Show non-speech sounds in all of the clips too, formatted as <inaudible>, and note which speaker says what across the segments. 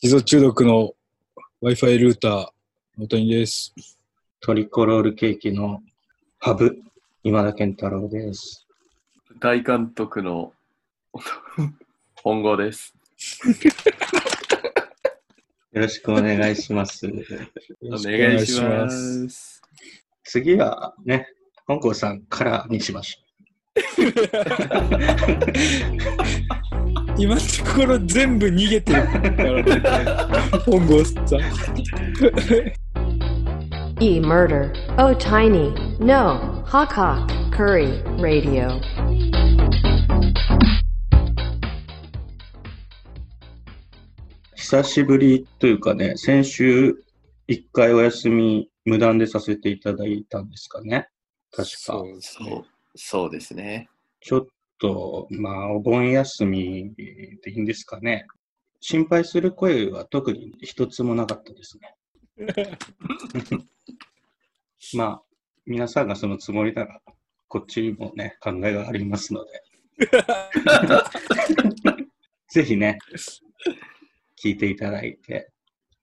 Speaker 1: 地蔵中毒の Wi-Fi ルーター、元にです。
Speaker 2: トリコロールケーキのハブ、今田健太郎です。
Speaker 3: 大監督の本郷です。
Speaker 2: よろしくお願いします。
Speaker 3: お願いし
Speaker 1: よろ
Speaker 3: ま
Speaker 1: くお願いし
Speaker 3: す。
Speaker 2: 次はね、本郷さんからにしまし
Speaker 1: ます今のところ全部逃げてるからね、本郷さん。
Speaker 4: E Murder. Oh Tiny. No. Hawk Hawk. Curry. Radio.
Speaker 2: ょう。久しぶりというかね、先週一回お休み無断でさせていただいたんですかね。確か。
Speaker 1: うです
Speaker 3: そうそうですね。
Speaker 2: ちょっと、まあ、お盆休みでいいんですかね。心配する声は特に一つもなかったです
Speaker 3: <laughs>
Speaker 2: ね。まあ、皆さんがそのつもりなら、こっちにもね、考えがありますので。
Speaker 3: <laughs>
Speaker 2: ぜひね、聞いていただいて、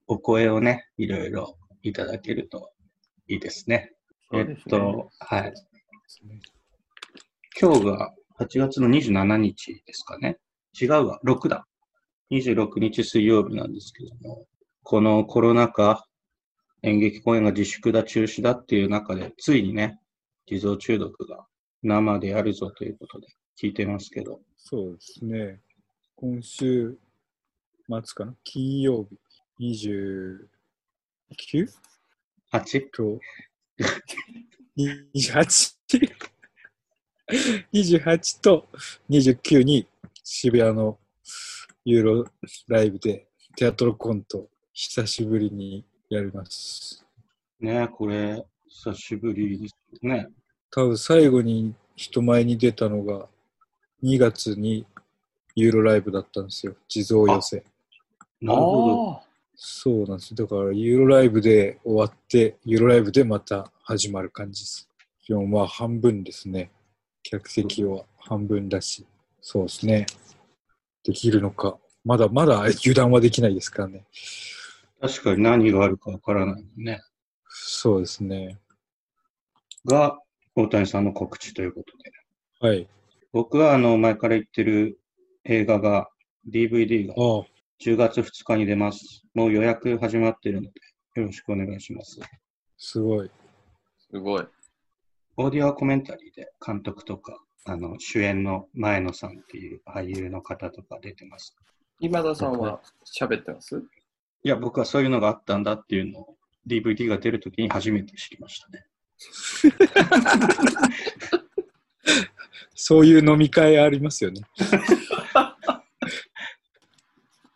Speaker 2: お声をね、いろいろいただけるといいですね。
Speaker 3: そう
Speaker 2: え
Speaker 3: で
Speaker 2: っ
Speaker 3: すね
Speaker 2: と、はい。今日が8月の27日ですかね。違うわ、6だ。26日水曜日なんですけども、このコロナ禍、演劇公演が自粛だ、中止だっていう中で、ついにね、地蔵中毒が生でやるぞということで聞いてますけど、
Speaker 1: そうですね。今週末かな金曜日 29?
Speaker 2: 8?
Speaker 1: 今日 28? 28と29に渋谷のユーロライブでテアトロコント久しぶりにやります。
Speaker 2: ねえ、これ、久しぶりですね。
Speaker 1: 多分最後に人前に出たのが2月にユーロライブだったんですよ。地蔵寄せ。
Speaker 2: なるほど。
Speaker 3: あ
Speaker 1: そうなんです。だからユーロライブで終わって、ユーロライブでまた始まる感じです。でもまあ半分ですね。客席は半分だし、そうですね。できるのか。まだまだ油断はできないですからね。
Speaker 2: 確かに何があるかわからないね。
Speaker 1: そうですね。
Speaker 2: が、大谷さんの告知ということで。
Speaker 1: はい。
Speaker 2: 僕は、あの、前から言ってる映画が、DVD が
Speaker 1: ああ、
Speaker 2: 10月2日に出ます。もう予約始まってるので、よろしくお願いします。
Speaker 1: すごい。
Speaker 3: すごい。
Speaker 2: オーディオコメンタリーで監督とか、あの、主演の前野さんっていう俳優の方とか出てます。
Speaker 3: 今田さんは喋ってます
Speaker 2: いや、僕はそういうのがあったんだっていうのを DVD が出るときに初めて知りましたね。
Speaker 1: そういう飲み会ありますよね。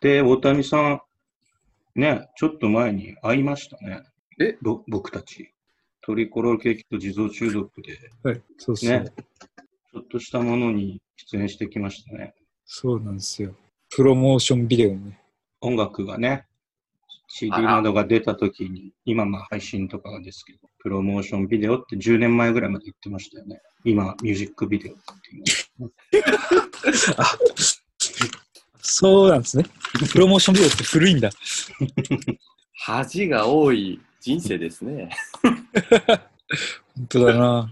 Speaker 2: で、大谷さん、ね、ちょっと前に会いましたね。
Speaker 3: え
Speaker 2: ぼ僕たち。トリコロールケーキと地蔵中毒で、
Speaker 1: はい。そうですね
Speaker 2: ね、ちょっとしたものに出演してきましたね。
Speaker 1: そうなんですよ。プロモーションビデオね。
Speaker 2: 音楽がね、CD
Speaker 3: あら
Speaker 2: などが出たときに、今まあ配信とかですけど、プロモーションビデオって10年前ぐらいまで言ってましたよね。今、ミュージックビデオって言います。
Speaker 1: あそうなんですね。プロモーションビデオって古いんだ。
Speaker 3: 恥が多い人生ですね。
Speaker 1: 本当だな。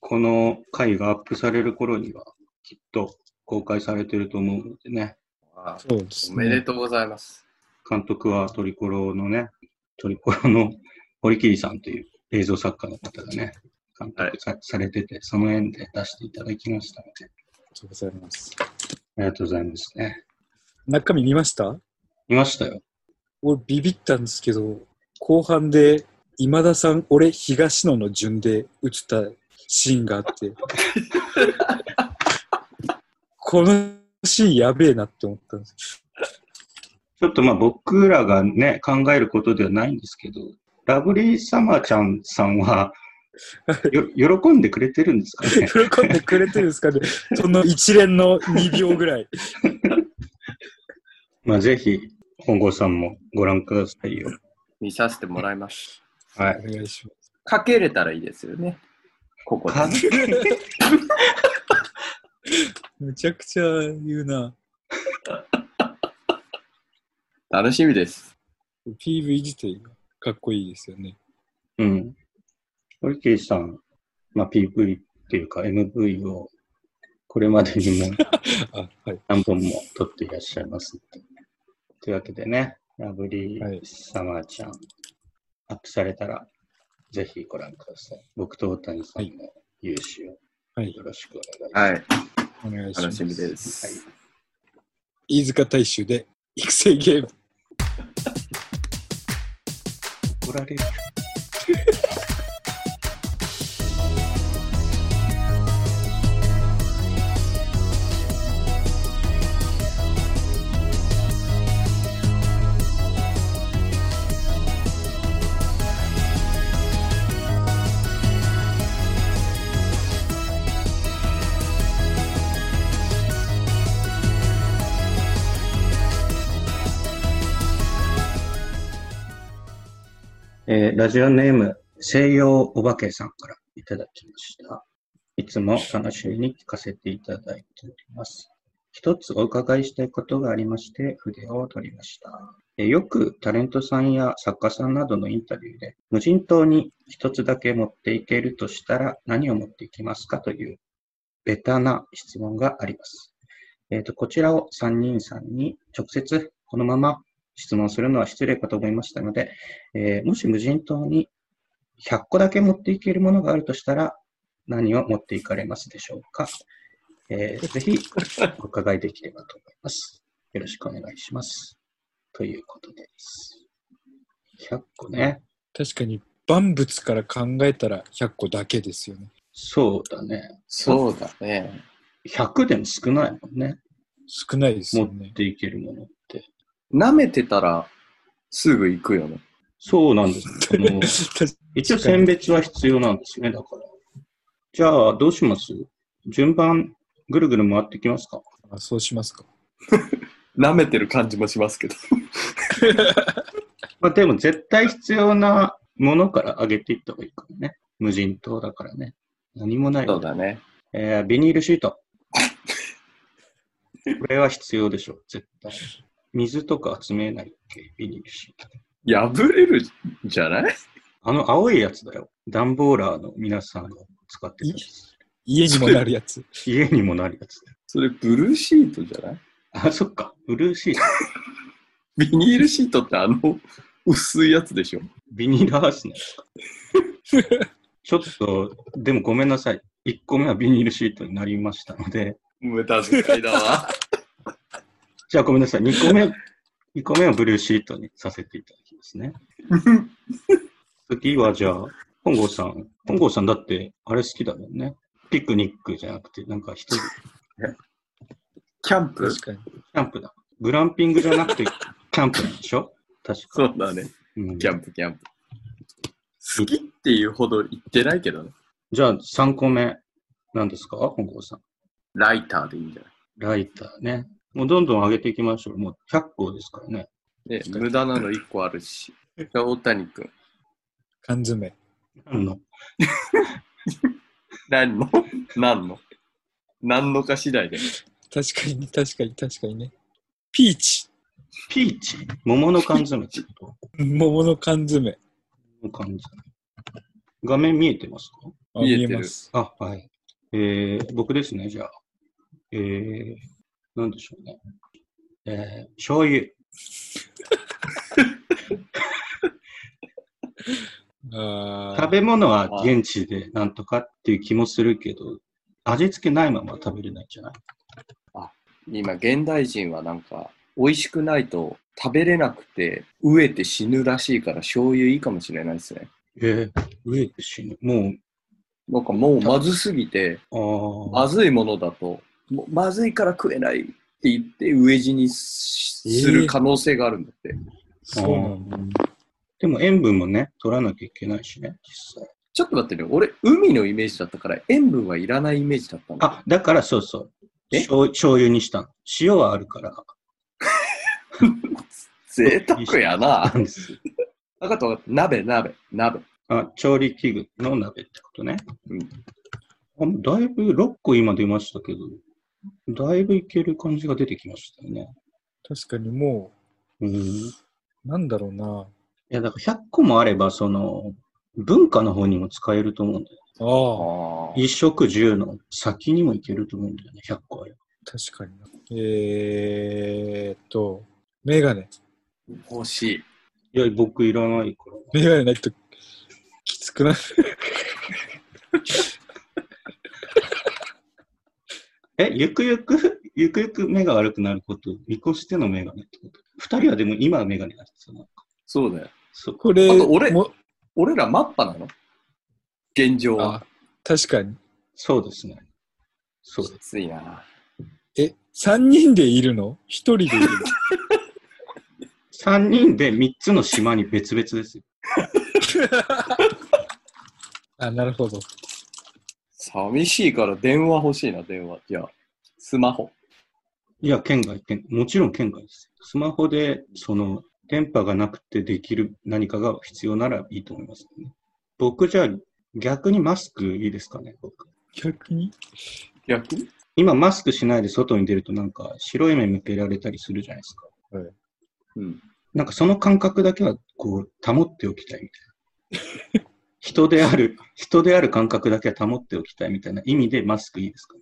Speaker 2: この回がアップされる頃には、きっと公開されてると思うのでね、
Speaker 3: わあ
Speaker 1: そうです
Speaker 3: お
Speaker 1: ね。
Speaker 3: めでとうございます。
Speaker 2: 監督はトリコロのね、トリコロの <laughs> 堀切さんという映像作家の方がね、監督さ,、されてて、その縁で出していただきましたので、
Speaker 1: ありがとうございます。
Speaker 2: ありがとうございますね。
Speaker 1: 中身見ました
Speaker 2: いましたよ。
Speaker 1: 俺ビビったんですけど、後半で今田さん、俺東野の順で打ってたシーンがあって、このシーンやべえなって思ったんです。
Speaker 2: ちょっとまあ僕らがね、考えることではないんですけど、ラブリーサマーちゃんさんは、よ喜んでくれてるんですかね
Speaker 1: 喜んでくれてるんですかねその一連の2秒ぐらい。
Speaker 2: まあぜひ、本郷さんもご覧くださいよ。
Speaker 3: 見させてもらいまし
Speaker 2: は
Speaker 1: お
Speaker 2: い。
Speaker 1: 願いします。
Speaker 3: た。かけれたらいいですよね。ここで
Speaker 2: か
Speaker 3: ね。
Speaker 1: むちゃくちゃ言うな。
Speaker 3: 楽しみです。
Speaker 1: PV 自体がかっこいいですよね。
Speaker 2: うん。堀切さん、まあ、PV っていうか MV をこれまでにも
Speaker 1: あ、はい。
Speaker 2: 何本も撮っていらっしゃいますってというわけでね、ラブリーサマーちゃん、アップされたらぜひご覧ください。僕と大谷さんの優秀を
Speaker 1: はい。
Speaker 2: よろしくお願いします。
Speaker 3: はい。
Speaker 1: お願いしま
Speaker 3: 楽
Speaker 1: す。
Speaker 3: しみです。
Speaker 1: 飯塚大衆で育成ゲーム。
Speaker 2: 怒られる。えーラジオネーム、西洋お化けさんからいただきました。いつも楽しみに聞かせていただいております。一つお伺いしたいことがありまして、筆を取りました。えーよくタレントさんや作家さんなどのインタビューで、無人島に一つだけ持っていけるとしたら何を持っていきますかというベタな質問があります。えーと、こちらを3人さんに直接このまま質問するのは失礼かと思いましたので、えーもし無人島に100個だけ持っていけるものがあるとしたら、何を持っていかれますでしょうか。えーぜひお伺いできればと思います。よろしくお願いします。ということです。100個ね。
Speaker 1: 確かに万物から考えたら100個だけですよね。
Speaker 2: そうだね。
Speaker 3: そうだね。
Speaker 2: 100でも少ないもんね。
Speaker 1: 少ないです
Speaker 2: 持
Speaker 1: よ
Speaker 2: っ
Speaker 1: ね。
Speaker 2: ていけるものって。
Speaker 3: 舐めてたら、すぐ行くよね。
Speaker 2: そうなんです。
Speaker 1: <laughs>
Speaker 2: あの
Speaker 1: <laughs> 確か
Speaker 2: 一応選別は必要なんですね、だから。じゃあ、どうします順番、ぐるぐる回ってきますか
Speaker 1: あそうしますか。
Speaker 3: 舐めてる感じもしますけど。
Speaker 2: まあでも絶対必要なものから上げていった方がいいからね。無人島だからね。何もない。
Speaker 3: そうだね。
Speaker 2: えービニールシート。これは必要でしょう、絶対。水とか集めないっけ、ビニールシート。
Speaker 3: 破れるんじゃない
Speaker 2: あの青いやつだよ。段ボーラーの皆さんが使ってたやつ。
Speaker 1: 家にもなるやつ。
Speaker 2: 家にもなるやつだよ。
Speaker 3: それブルーシートじゃない
Speaker 2: あ、そっか。ブルーシート。
Speaker 3: ビニールシートってあの薄いやつでしょ
Speaker 2: ビニールハウスのやつか。
Speaker 3: <laughs>
Speaker 2: ちょっと、でもごめんなさい。1個目はビニールシートになりましたので、
Speaker 3: 無駄遣いだわ。
Speaker 2: じゃあごめんなさい。2個目、二個目はブルーシートにさせていただきますね。次はじゃあ、本郷さん。本郷さんだって、あれ好きだもんね。ピクニックじゃなくて、なんか一人、キ
Speaker 3: キャンプ
Speaker 1: 確かに。
Speaker 2: ャンプだ。グランピングじゃなくて、キャンプなんでしょ確か。
Speaker 3: そうだね。
Speaker 2: うん
Speaker 3: キャンプ、キャンプ。好きっていうほど言ってないけどね。
Speaker 2: じゃあ3個目、なんですか本郷さん。
Speaker 3: ライターでいいんじゃ
Speaker 2: ライターね。もうどんどん上げていきましょう。もう100個ですからね。
Speaker 3: ないね無駄なの1個ある <laughs> し。大谷君。
Speaker 1: 缶詰。
Speaker 2: 何の
Speaker 3: 何の何の何のか次第で。
Speaker 1: 確かに、確かに、確かにね。ピーチ。
Speaker 2: ピーチ桃の缶詰ってこと
Speaker 1: 桃の缶詰。
Speaker 2: の缶詰。画面見えてますか
Speaker 1: あ
Speaker 3: 見えてる
Speaker 1: ます。
Speaker 2: あ、はい。えー、僕ですね、じゃあ。えー、なんでしょうね。えー、醤油。
Speaker 1: あ
Speaker 2: 食べ物は現地でなんとかっていう気もするけど、味付けないまま食べれないんじゃない
Speaker 5: 今現代人はなんか美味しくないと食べれなくて飢えて死ぬらしいから醤油いいかもしれないですね
Speaker 2: えー、
Speaker 1: べ上。
Speaker 2: 死ぬ。も
Speaker 5: なんかもうまずすぎて
Speaker 2: う、ああ、
Speaker 5: まずいものだともうまずいから食えないって言って飢え死にす
Speaker 1: えー
Speaker 5: する可能性があるんだって、
Speaker 1: そうなんだ。
Speaker 2: でも塩分もね、取らなきゃいけないしね、実際。
Speaker 5: ちょっと待ってね俺海のイメージだったから塩分はいらないイメージだったの
Speaker 2: あ、だからそうそう。
Speaker 5: え
Speaker 2: 醤醤油にしたの。塩はあるから。
Speaker 5: 贅沢や
Speaker 2: な
Speaker 5: な
Speaker 2: んです
Speaker 5: 分かった分かった鍋鍋鍋
Speaker 2: あ、調理器具の鍋ってことね。
Speaker 5: うん
Speaker 2: うん。だいぶ6個今出ましたけど、だいぶいける感じが出てきましたよね。
Speaker 1: 確かにもう、
Speaker 2: い
Speaker 1: なんだろうな。
Speaker 2: や、だから100個もあれば、その、文化の方にも使えると思うんだよ。
Speaker 1: ああ。
Speaker 5: あ
Speaker 2: 一食10の先にもいけると思うんだよね、100個あれば。
Speaker 1: 確かにな。えーっと、メガネ。
Speaker 5: あ、欲しい。
Speaker 2: いや、僕いらないから。
Speaker 1: メガネないときつくない
Speaker 2: え、ゆくゆく、 <laughs> ゆくゆく目が悪くなることを見越してのメガネってこと二人はでも今はメガネが必要なのか。
Speaker 5: そうだよ。
Speaker 2: そう。
Speaker 1: これ、
Speaker 5: あと俺
Speaker 1: も
Speaker 5: 俺らマッパなの現状は。
Speaker 1: あ確かに。
Speaker 2: そうですね。そう
Speaker 5: きついな。
Speaker 1: え、3人でいるの ?1 人でいるの
Speaker 2: 三人で三つの島に別々ですよ。
Speaker 1: <laughs> あ、なるほど。
Speaker 5: 寂しいから電話欲しいな、電話。じゃあ、スマホ。
Speaker 2: いや、県外、県もちろん県外です。スマホで、その、電波がなくてできる何かが必要ならいいと思います、ね。僕じゃあ、逆にマスクいいですかね、僕。
Speaker 1: 逆に
Speaker 5: 逆に
Speaker 2: 今、マスクしないで外に出るとなんか、白い目向けられたりするじゃないですか。
Speaker 5: うん。
Speaker 2: なんかその感覚だけは、こう、保っておきたいみたいな。 <laughs> 人である、人である感覚だけは保っておきたいみたいな意味でマスクいいですかね。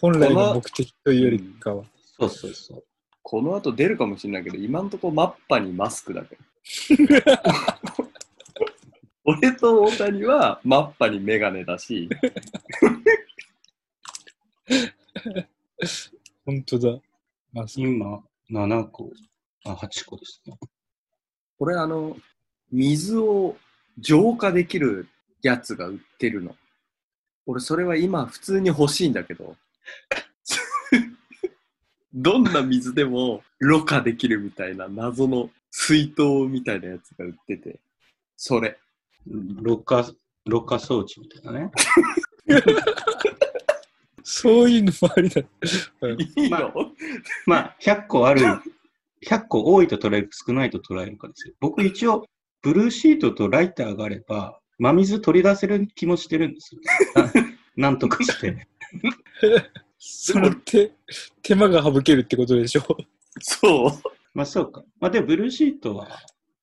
Speaker 1: 本来の目的というよりかは。
Speaker 2: そうそうそう。
Speaker 5: この後出るかもしれないけど、今んとこマッパにマスクだけ。俺と大谷はマッパにメガネだし、
Speaker 1: 本当だ。マスク
Speaker 2: 今、7個、あ、8個ですね。
Speaker 5: これあの、水を浄化できるやつが売ってるの。俺それは今普通に欲しいんだけど、 <laughs> どんな水でもろ過できるみたいな謎の水筒みたいなやつが売ってて、それ。
Speaker 2: ろ過、ろ過装置みたいなね。 <laughs>
Speaker 1: そういうのもありだ。うん
Speaker 5: いい
Speaker 2: まあ
Speaker 5: の
Speaker 2: まあ、100個ある、100個多いと捉えるか少ないと捉えるかですよ。僕一応、ブルーシートとライターがあれば、真水取り出せる気もしてるんですよ。 <laughs> ななんとかして。 <laughs>
Speaker 1: それって手間が省けるってことでしょ
Speaker 5: そう。
Speaker 2: まあそうか。まあでもブルーシートは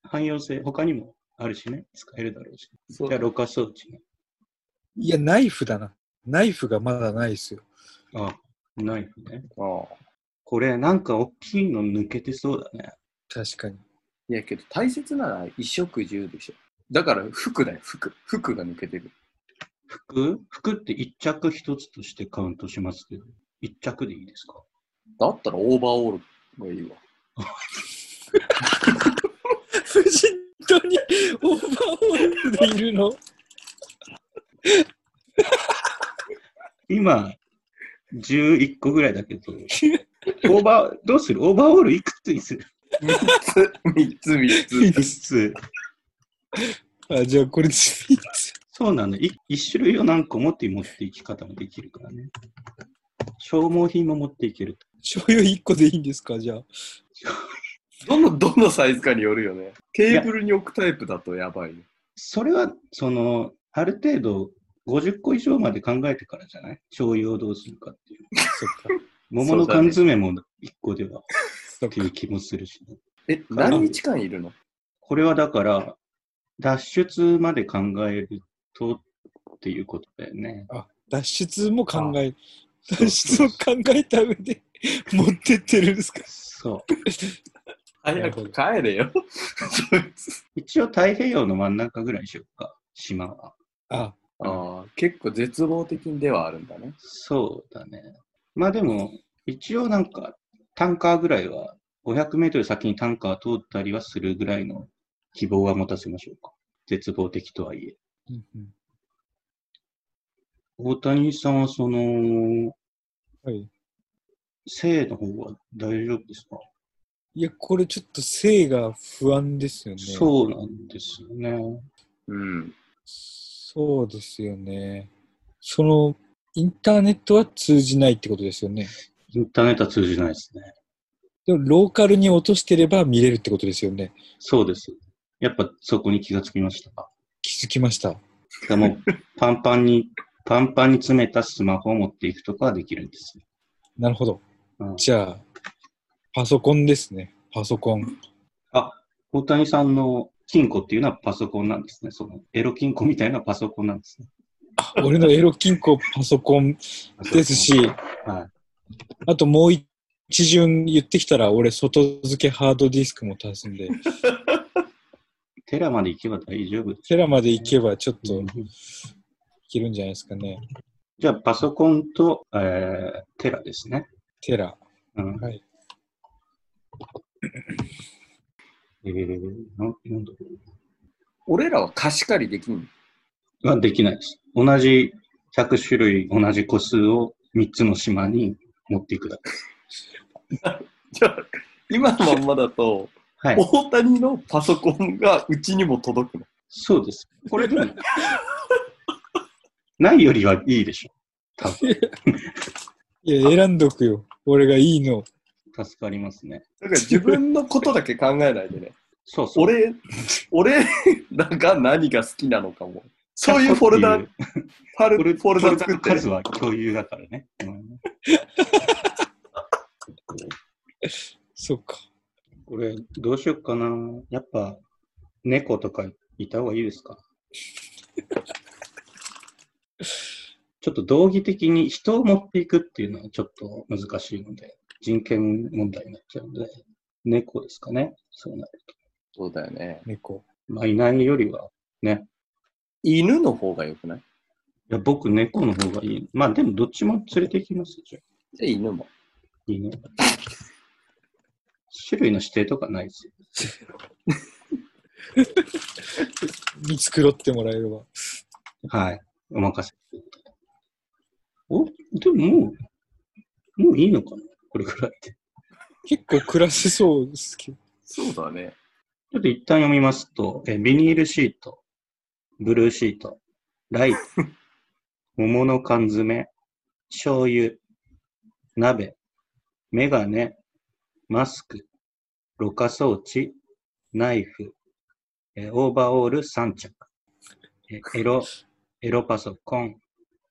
Speaker 2: 汎用性、他にもあるしね、使えるだろうし。
Speaker 5: そう
Speaker 2: じゃあ、ろ過装置ね。
Speaker 1: いや、ナイフだな。ナイフがまだないですよ。
Speaker 2: あ、ナイフね。
Speaker 5: ああ
Speaker 2: これ、なんか大きいの抜けてそうだね。
Speaker 1: 確かに。
Speaker 5: いやけど大切なのは衣食住でしょ。だから服だよ、服。服が抜けてる。
Speaker 2: 服服って一着一つとしてカウントしますけど、一着でいいですか
Speaker 5: だったらオーバーオールがいいわ。
Speaker 1: 無人島にオーバーオールでいるの
Speaker 2: 今、11個ぐらいだけど、オーバー、どうするオーバーオールいくつにする
Speaker 5: 3つ、3つ、3つ。
Speaker 2: ?3 つ。
Speaker 1: <laughs> あ、じゃあこれです。
Speaker 2: そうなの。い一種類を何個持って持っていき方もできるからね。消耗品も持っていける。
Speaker 1: 醤油1個でいいんですかじゃあ。
Speaker 5: どの、 <laughs> どのサイズかによるよね。テーブルに置くタイプだとやばいよ。
Speaker 2: それは、その、ある程度、50個以上まで考えてからじゃない醤油をどうするかっていう。桃の缶詰も1個ではっ
Speaker 1: そってか。
Speaker 2: い
Speaker 1: そう
Speaker 2: 気もするし、ね、
Speaker 5: え、何日間いるの
Speaker 2: これはだから、脱出まで考えるとっていうことだよね。
Speaker 1: っか。あ、脱出も考え、脱出も考えた上で持ってってるんですか
Speaker 2: そう。
Speaker 5: 早く帰
Speaker 2: <laughs>
Speaker 5: れよ。
Speaker 2: 一応太平洋の真ん中ぐらいにしようか、島は。
Speaker 1: あ、
Speaker 5: ああ、結構絶望的ではあるんだね。
Speaker 2: そうだね。まあでも、一応なんか、タンカーぐらいは、500メートル先にタンカー通ったりはするぐらいの希望は持たせましょうか。絶望的とはいえ。
Speaker 1: うんうん、
Speaker 2: 大谷さんはその、
Speaker 1: はい。
Speaker 2: 性の方は大丈夫ですか、
Speaker 1: いや、これちょっと性が不安ですよね。う。
Speaker 2: そうなんですよね。
Speaker 5: うん。
Speaker 1: そうですよね。その、インターネットは通じないってことですよね。
Speaker 2: インターネットは通じないですね。
Speaker 1: でも、ローカルに落としてれば見れるってことですよね。
Speaker 2: そうです。やっぱそこに気がつきましたか。
Speaker 1: 気づきました。
Speaker 2: だからもう <laughs> パンパンに、パンパンに詰めたスマホを持っていくとかはできるんですよ。
Speaker 1: なるほど。
Speaker 2: うん
Speaker 1: じゃあ、パソコンですね。パソコン。
Speaker 2: 大谷さんの金庫っていうのはパソコンなんですね。そのエロ金庫みたいなパソコンなんですね。
Speaker 1: あ俺のエロ金庫パソコンですし、
Speaker 2: は
Speaker 1: あともう一巡言ってきたら、俺、外付けハードディスクも足すん
Speaker 2: <laughs>
Speaker 1: で、
Speaker 2: い。テラまで行けば大丈夫です。
Speaker 1: テラまで行けばちょっといけるんじゃないですかね。
Speaker 2: じゃあ、パソコンと、えー、テラですね。
Speaker 1: テラ。
Speaker 2: うん。
Speaker 1: はい。
Speaker 2: えー、なんなんだろ
Speaker 5: 俺らは貸し借りできん
Speaker 2: う。はできないです。同じ100種類、同じ個数を3つの島に持っていくだけ。
Speaker 5: じゃあ、今のまんまだと、
Speaker 2: はい。
Speaker 5: 大谷のパソコンがうちにも届くの。
Speaker 2: そうです。これでも、ないよりはいいでしょ。多分
Speaker 1: いや、選んどくよ。俺がいいの。
Speaker 2: 助かりますね。
Speaker 5: だから自分のことだけ考えないでね。
Speaker 2: そうそう。
Speaker 5: 俺、俺らが何が好きなのかも。そういうフォ
Speaker 2: <laughs>
Speaker 5: ルダ、ファルフォル
Speaker 2: フォル
Speaker 5: ダ
Speaker 2: ダ
Speaker 5: 作っ
Speaker 2: の
Speaker 5: てね
Speaker 2: 数は共有だからね。うん
Speaker 1: そっか。
Speaker 2: これ、どうしようかな。やっぱ、猫とかいた方がいいです
Speaker 5: <laughs>
Speaker 2: かちょっと道義的に人を持っていくっていうのはちょっと難しいので、人権問題になっちゃうので、猫ですかね。そうなる
Speaker 5: そうだよね。
Speaker 1: 猫。
Speaker 2: と。まあ、いないよりは、ね。
Speaker 5: 犬の方が良くない
Speaker 2: いや、僕、猫の方がいい。まあ、でも、どっちも連れて行きますよ。じゃあ
Speaker 5: じゃあ犬も。
Speaker 2: 犬。種類の指定とかないですよ。
Speaker 1: 見繕ってもらえれば。
Speaker 2: はい。お任せ。おでももう、もういいのかなこれくらいで。
Speaker 1: 結構暮らせそうですけど。
Speaker 5: そうだね。
Speaker 2: ちょっと一旦読みますと、えビニールシート、ブルーシート、ライト、桃の缶詰、醤油、鍋、メガネ、マスク、ろ過装置、ナイフ、えオーバーオール3着、えエロ、エロパソコン、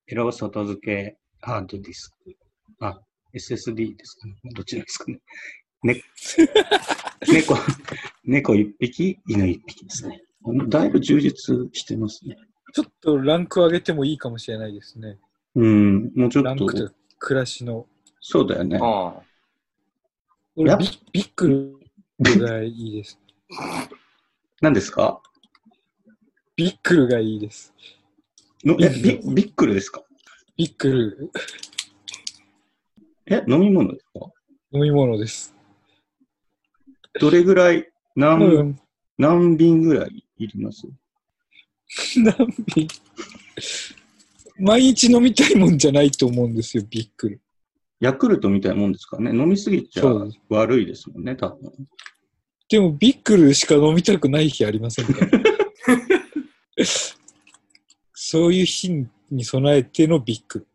Speaker 2: エロ外付けハードディスク、あ、SSD ですかね。どっちなんですかね。ね猫、猫一匹、犬一匹ですね。だいぶ充実してますね。
Speaker 1: ちょっとランク上げてもいいかもしれないですね。
Speaker 2: うん、もうちょ
Speaker 1: ラ
Speaker 2: っ
Speaker 1: ン
Speaker 2: と
Speaker 1: ク、というか暮らしの。
Speaker 2: そうだよね。
Speaker 5: ああ。
Speaker 1: 俺
Speaker 2: やっ
Speaker 1: ビ、ビッグルがいい
Speaker 2: <laughs>
Speaker 1: です。
Speaker 2: 何ですか
Speaker 1: ビックルがいいです。
Speaker 2: のえビ、ビックルですか
Speaker 1: ビックル、
Speaker 2: え、飲み物ですか
Speaker 1: 飲み物です。
Speaker 2: どれぐらい、
Speaker 1: う
Speaker 2: 何、
Speaker 1: ん。
Speaker 2: 何瓶ぐらいいります
Speaker 1: 何瓶毎日飲みたいもんじゃないと思うんですよ、ビックル。
Speaker 2: ヤクルトみたいなもんですからね。飲みすぎちゃ
Speaker 1: そうです
Speaker 2: 悪いですもんね、多分。
Speaker 1: でも、ビックルしか飲みたくない日ありませんか
Speaker 2: <laughs>
Speaker 1: そういう日に備えてのビックル。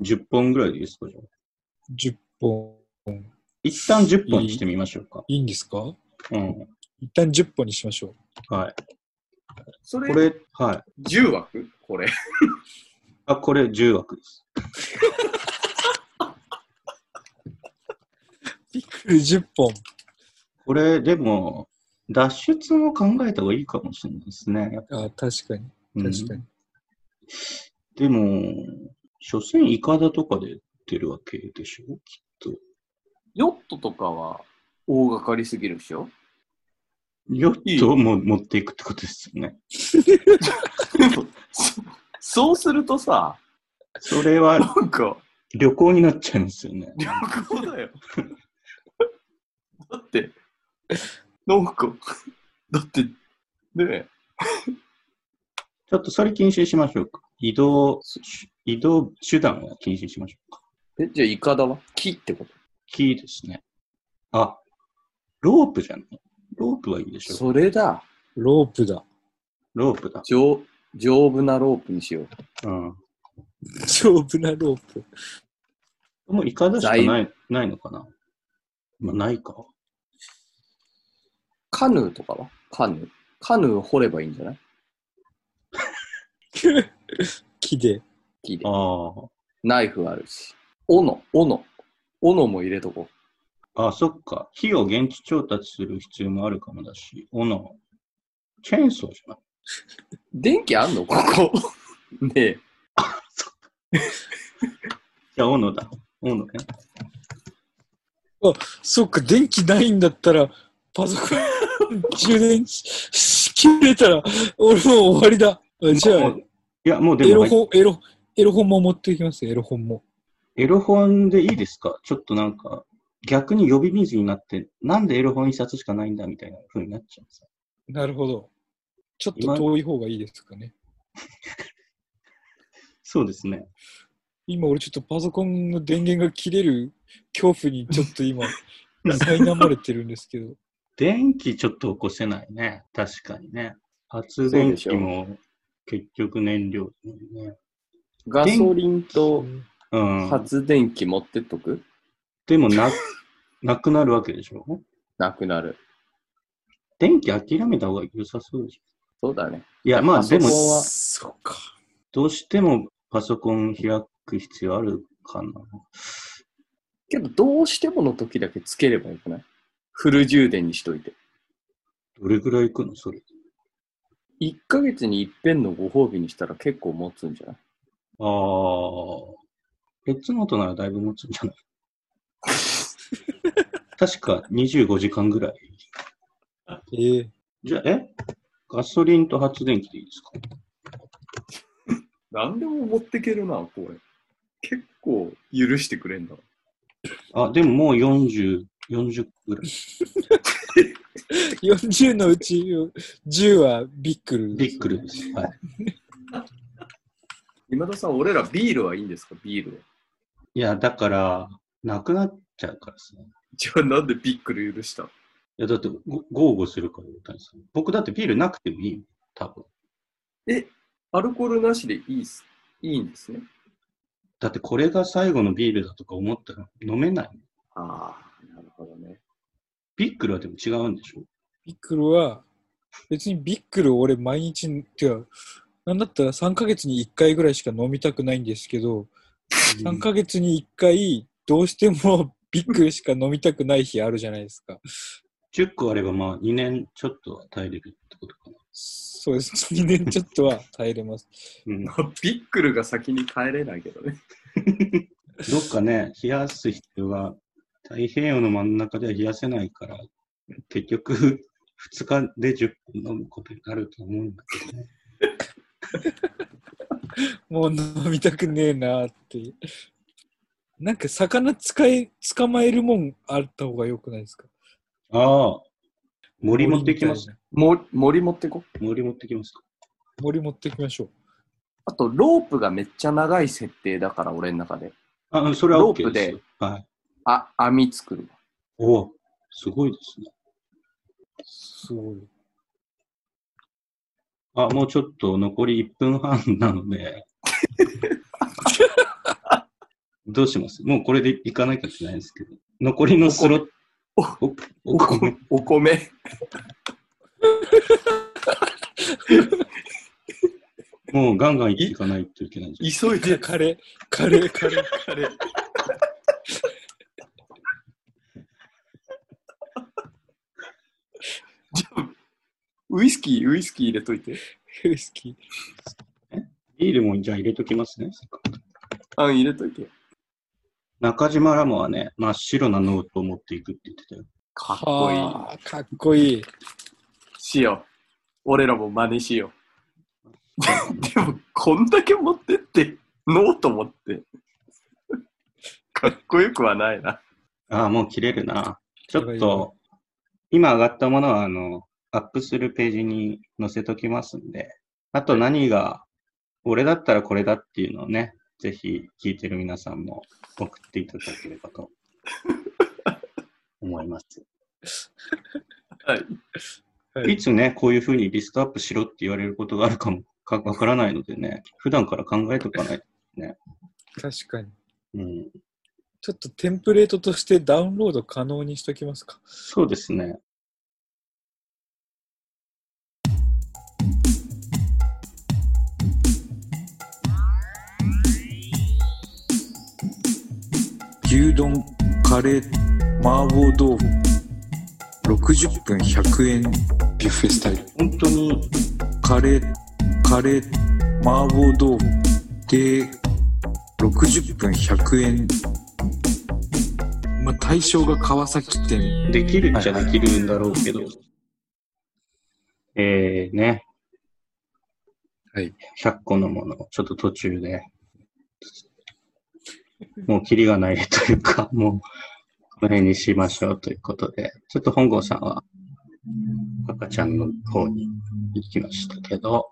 Speaker 2: 10本ぐらいでいいですかじゃあ
Speaker 1: 10本。
Speaker 2: 一旦10本にしてみましょうか。
Speaker 1: いいんですか
Speaker 2: うん。
Speaker 1: 一旦10本にしましょう。
Speaker 2: はい。
Speaker 5: そ
Speaker 2: こ
Speaker 5: れ、
Speaker 2: れ、はい。
Speaker 5: 10枠これ。
Speaker 2: あ、これ10枠です。
Speaker 1: ビックル10本。
Speaker 2: これ、でも、脱出も考えた方がいいかもしれないですね。やっぱ
Speaker 1: あ確かに、
Speaker 2: うん
Speaker 1: 確かに。
Speaker 2: でも、所詮イカダとかで売ってるわけでしょきっと。
Speaker 5: ヨットとかは大掛かりすぎるでしょ
Speaker 2: ヨットをも持っていくってことですよね。
Speaker 5: そ <laughs> そうするとさ、
Speaker 2: それは
Speaker 5: なんか、
Speaker 2: 旅行になっちゃいますよね。
Speaker 5: 旅行だよ。だって、なんか、だって、ねえ、
Speaker 2: ちょっとそれ禁止しましょうか。移動、移動手段は禁止しましょうか。
Speaker 5: え、じゃあ、イカダは木ってこと
Speaker 2: キーですね。あ、ロープじゃないロープはいいでしょ
Speaker 5: それだ。
Speaker 1: ロープだ。
Speaker 2: ロープだ。
Speaker 5: 丈丈夫なロープにしよう。
Speaker 2: うん。
Speaker 1: 丈夫なロープ。
Speaker 2: もうイカダしかない、ないのかなまあ、ないか。
Speaker 5: カヌーとかはカヌー。カヌーを掘ればいいんじゃない
Speaker 1: 木で。
Speaker 5: 木で
Speaker 2: あ。あ。
Speaker 5: ナイフあるし。斧、斧。斧も入れとこ
Speaker 2: あ、そっか。火を現地調達する必要もあるかもだし、斧、チェーンソーじゃない
Speaker 5: 電気あんのここ。 <laughs> ねえ。
Speaker 2: じゃあ、斧だ。斧ね。
Speaker 1: そっか、電気ないんだったら、パソコン充電し切れたら、俺もう終わりだ。あじゃ
Speaker 2: も
Speaker 1: あ
Speaker 2: う、いや、もうで
Speaker 1: エ
Speaker 2: も
Speaker 1: ロ
Speaker 2: 入っ、
Speaker 1: 本、エロ、エロ本も持っていきますよ、エロ本も。
Speaker 2: エロ本でいいですかちょっとなんか、逆に呼び水になって、なんでエロ本一冊しかないんだみたいな風になっちゃうさ。
Speaker 1: なるほど。ちょっと
Speaker 2: 今
Speaker 1: 遠い方がいいですかね。
Speaker 2: そうですね。
Speaker 1: 今俺ちょっとパソコンの電源が切れる恐怖にちょっと <laughs> 今、苛まれてるんですけど。
Speaker 2: 電気ちょっと起こせないね。確かにね。発電機も結局燃料だもんね。
Speaker 5: ガソリンと
Speaker 2: うん。
Speaker 5: 発電機持ってっとく、
Speaker 2: でもな、なくなるわけでしょ
Speaker 5: なくなる。
Speaker 2: 電気諦めた方が良さそうでし
Speaker 5: そうだね。
Speaker 2: ょいや、まあ
Speaker 5: パソ
Speaker 2: で
Speaker 5: コン
Speaker 2: も、
Speaker 5: は
Speaker 1: そうか。
Speaker 2: どうしてもパソコン開く必要あるかな。
Speaker 5: けど、どうしてもの時だけつければよくないフル充電にしといて。
Speaker 2: どれぐらいいくのそれ。
Speaker 5: 1ヶ月に一遍のご褒美にしたら結構持つんじゃない
Speaker 2: ああ。別の音ならだいぶ持つんじゃ
Speaker 5: <laughs>
Speaker 2: ない確か25時間ぐらい。
Speaker 1: ええ
Speaker 2: じゃあ、えガソリンと発電機でいいですか
Speaker 5: 何でも持ってけるな、これ。結構許してくれんだ。
Speaker 2: あ、でももう40、40ぐらい。
Speaker 1: 40のうち10はビックル、
Speaker 2: ビックルで。す。はい。
Speaker 5: 今田さん、俺らビールはいいんですかビールは。
Speaker 2: いや、だから、なくなっちゃうからさ。い
Speaker 5: じゃあなんでビックル許した
Speaker 2: や、だって、ご豪語するから、大谷さん。僕だってビールなくてもいいよ。多分。
Speaker 5: え、アルコールなしでいいっす。いいんですね。
Speaker 2: だってこれが最後のビールだとか思ったら飲めない。
Speaker 5: ああ、なるほどね。
Speaker 2: ビックルはでも違うんでしょ
Speaker 1: ビックルは、別にビックル俺毎日、てか、なんだったら3ヶ月に1回ぐらいしか飲みたくないんですけど、3ヶ月に1回、どうしてもビックルしか飲みたくない日あるじゃないですか。
Speaker 2: 10個あればまあ2年ちょっとは耐えれるってことかな。
Speaker 1: そうです。2年ちょっとは耐えれます。
Speaker 2: うん。ど
Speaker 5: <laughs> ビックルが先に帰れないけどね。
Speaker 2: っかね、冷やす必要が、太平洋の真ん中では冷やせないから、結局、2日で10本飲むことになると思うんだけどね。
Speaker 1: もう飲みたくねえなーって。なんか魚使え、捕まえるもんあった方がよくないですか
Speaker 2: ああ、森持ってきます。
Speaker 5: も森持ってこ。
Speaker 2: 森持ってきますか。
Speaker 1: 森持ってきましょう。
Speaker 5: あと、ロープがめっちゃ長い設定だから、俺の中で。
Speaker 2: あ、うんそれは
Speaker 5: ロー
Speaker 2: OK
Speaker 5: プで
Speaker 2: ですよ。はい。
Speaker 5: あ、網作るわ。
Speaker 2: おお、すごいですね。
Speaker 1: すごい。
Speaker 2: あ、もうちょっと残り1分半なので。どうしますもうこれでいかなきゃいけないんですけど。残りのスロット。おお米
Speaker 5: お米。
Speaker 2: もうガンガンいっていかないといけないんじゃない
Speaker 5: 急いで
Speaker 1: カレー、カレー、カレー。
Speaker 5: カレー。じゃあウイスキー、ウイスキー入れといて。
Speaker 1: ウイスキー。
Speaker 2: ビールもじゃあ入れときますね。
Speaker 5: あん入れといて。
Speaker 2: 中島ラモはね、真っ白なノートを持っていくって言ってたよ。
Speaker 5: かっこいい。
Speaker 1: はあ、かっこいい。
Speaker 5: しよう。俺らも真似しよう。 <laughs> でも、こんだけ持ってって、ノート持って。 <laughs> かっこよくはないな。
Speaker 2: ああ、もう切れるな。ちょ
Speaker 1: やば
Speaker 2: っ
Speaker 1: いやばい
Speaker 2: と、今上がったものは、あの、アップするページに載せときますんで、あと何が、俺だったらこれだっていうのをね、ぜひ聞いてる皆さんも送っていただければと思います。
Speaker 5: はい。
Speaker 1: はい
Speaker 2: いつね、こういうふうにリストアップしろって言われることがあるかもかわからないのでね、普段から考えとかない。
Speaker 1: 確かに。
Speaker 2: うん、
Speaker 1: ちょっとテンプレートとしてダウンロード可能にしときますか。
Speaker 2: そうですね。
Speaker 1: 牛丼、カレー、麻婆豆腐60分100円ビュッフェスタイル
Speaker 2: 本当に、
Speaker 1: カレーカレー麻婆豆腐で60分100円まあ対象が川崎店
Speaker 2: できるっちゃできるんだろうけど。えー、ね。
Speaker 1: はい。
Speaker 2: 100個のもの、ちょっと途中で、もうキリがないというか、 <laughs> もう、この辺にしましょうということで、ちょっと本郷さんは、赤ちゃんの方に行きましたけど、